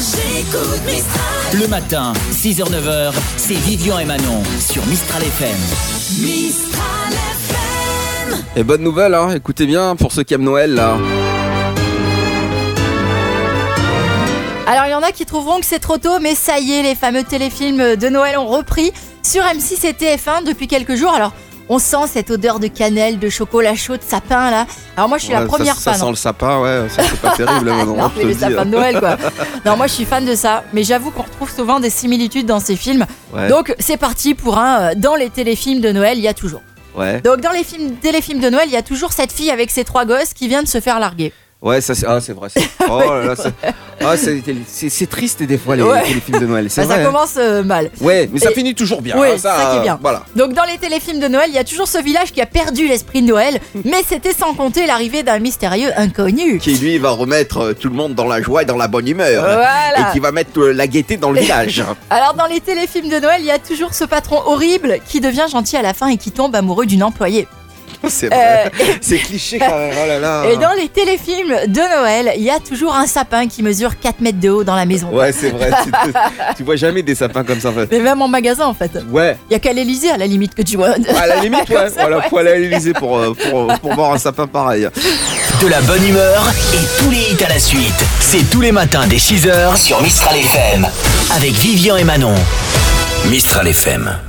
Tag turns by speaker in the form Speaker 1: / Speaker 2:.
Speaker 1: J'écoute Mistral.
Speaker 2: Le matin, 6h-9h, c'est Vivian et Manon sur Mistral FM.
Speaker 1: Mistral FM.
Speaker 3: Et bonne nouvelle, hein, écoutez bien pour ceux qui aiment Noël là.
Speaker 4: Alors il y en a qui trouveront que c'est trop tôt, mais ça y est, les fameux téléfilms de Noël ont repris sur M6 et TF1 depuis quelques jours. Alors on sent cette odeur de cannelle, de chocolat chaud, de sapin là. Alors moi je suis la
Speaker 3: Ouais,
Speaker 4: première
Speaker 3: ça, ça
Speaker 4: fan. hein.
Speaker 3: sent le sapin, ouais, ça c'est pas terrible là,
Speaker 4: Ah,
Speaker 3: maintenant,
Speaker 4: non,
Speaker 3: je
Speaker 4: mais
Speaker 3: te
Speaker 4: le
Speaker 3: hein. le dis. hein.
Speaker 4: sapin de Noël quoi. non, moi je suis fan de ça, mais j'avoue qu'on retrouve souvent des similitudes dans ces films.
Speaker 3: Ouais,
Speaker 4: Donc c'est parti pour un euh, dans les téléfilms de Noël, il y a toujours.
Speaker 3: ouais,
Speaker 4: Donc dans les films téléfilms de Noël, il y a toujours cette fille avec ses trois gosses qui vient de se faire larguer.
Speaker 3: ouais, ça c'est. Ah, c'est vrai. c'est- Oh là là, c'est- ah, c'est- c'est c'est triste des fois les,
Speaker 4: Ouais.
Speaker 3: les films de Noël, c'est
Speaker 4: Bah, ça
Speaker 3: vrai. hein.
Speaker 4: commence euh, mal.
Speaker 3: Ouais, mais ça
Speaker 4: Et-
Speaker 3: finit toujours bien.
Speaker 4: Oui,
Speaker 3: hein, ça,
Speaker 4: c'est ça qui est
Speaker 3: euh,
Speaker 4: bien.
Speaker 3: Voilà.
Speaker 4: Donc dans les téléfilms de Noël, il y a toujours ce village qui a perdu l'esprit de Noël, mais c'était sans compter l'arrivée d'un mystérieux inconnu.
Speaker 3: Qui lui va remettre euh, tout le monde dans la joie et dans la bonne humeur.
Speaker 4: Voilà.
Speaker 3: Et qui va mettre euh, la gaieté dans le village.
Speaker 4: Alors dans les téléfilms de Noël, il y a toujours ce patron horrible qui devient gentil à la fin et qui tombe amoureux d'une employée.
Speaker 3: c'est
Speaker 4: Euh,
Speaker 3: vrai. C'est cliché quand même. Oh là là.
Speaker 4: et dans les téléfilms de Noël, il y a toujours un sapin qui mesure 4 mètres de haut dans la maison.
Speaker 3: Ouais, c'est vrai. tu, tu vois jamais des sapins comme ça en fait.
Speaker 4: Mais même en magasin en fait.
Speaker 3: Ouais.
Speaker 4: Il y a qu'à l'Elysée à la limite que tu vois.
Speaker 3: À la limite, ouais.
Speaker 4: Comme ça,
Speaker 3: Voilà,
Speaker 4: ouais.
Speaker 3: faut aller à l'Elysée pour, euh, pour, euh, pour voir un sapin pareil.
Speaker 2: De la bonne humeur et tous les hits à la suite. C'est tous les matins dès 6h sur Mistral FM. Avec Vivian et Manon. Mistral FM.